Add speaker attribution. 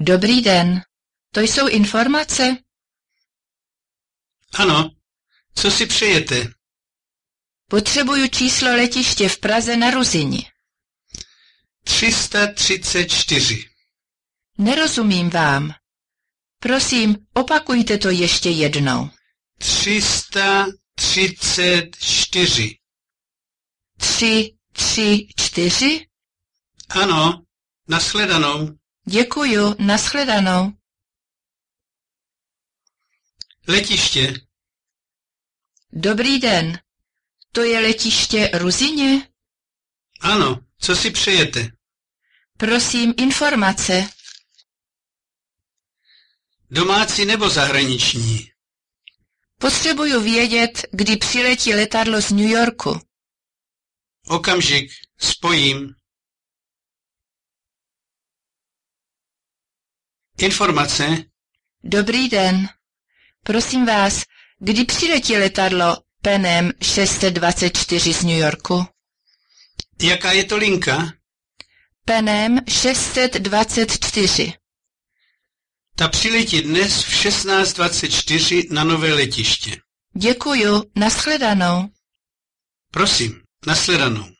Speaker 1: Dobrý den. To jsou informace?
Speaker 2: Ano, co si přejete?
Speaker 1: Potřebuju číslo letiště v Praze na Ruzini.
Speaker 2: 334.
Speaker 1: Nerozumím vám. Prosím, opakujte to ještě jednou.
Speaker 2: 334.
Speaker 1: Tři, tři, čtyři?
Speaker 2: Ano, nashledanou.
Speaker 1: Děkuju, nashledanou.
Speaker 2: Letiště.
Speaker 1: Dobrý den. To je letiště Ruzině?
Speaker 2: Ano, co si přejete?
Speaker 1: Prosím, informace.
Speaker 2: Domácí nebo zahraniční?
Speaker 1: Potřebuju vědět, kdy přiletí letadlo z New Yorku.
Speaker 2: Okamžik, spojím. Informace.
Speaker 1: Dobrý den. Prosím vás, kdy přiletí letadlo Penem 624 z New Yorku?
Speaker 2: Jaká je to linka?
Speaker 1: Penem 624.
Speaker 2: Ta přiletí dnes v 16.24 na nové letiště.
Speaker 1: Děkuju, nashledanou.
Speaker 2: Prosím, nasledanou.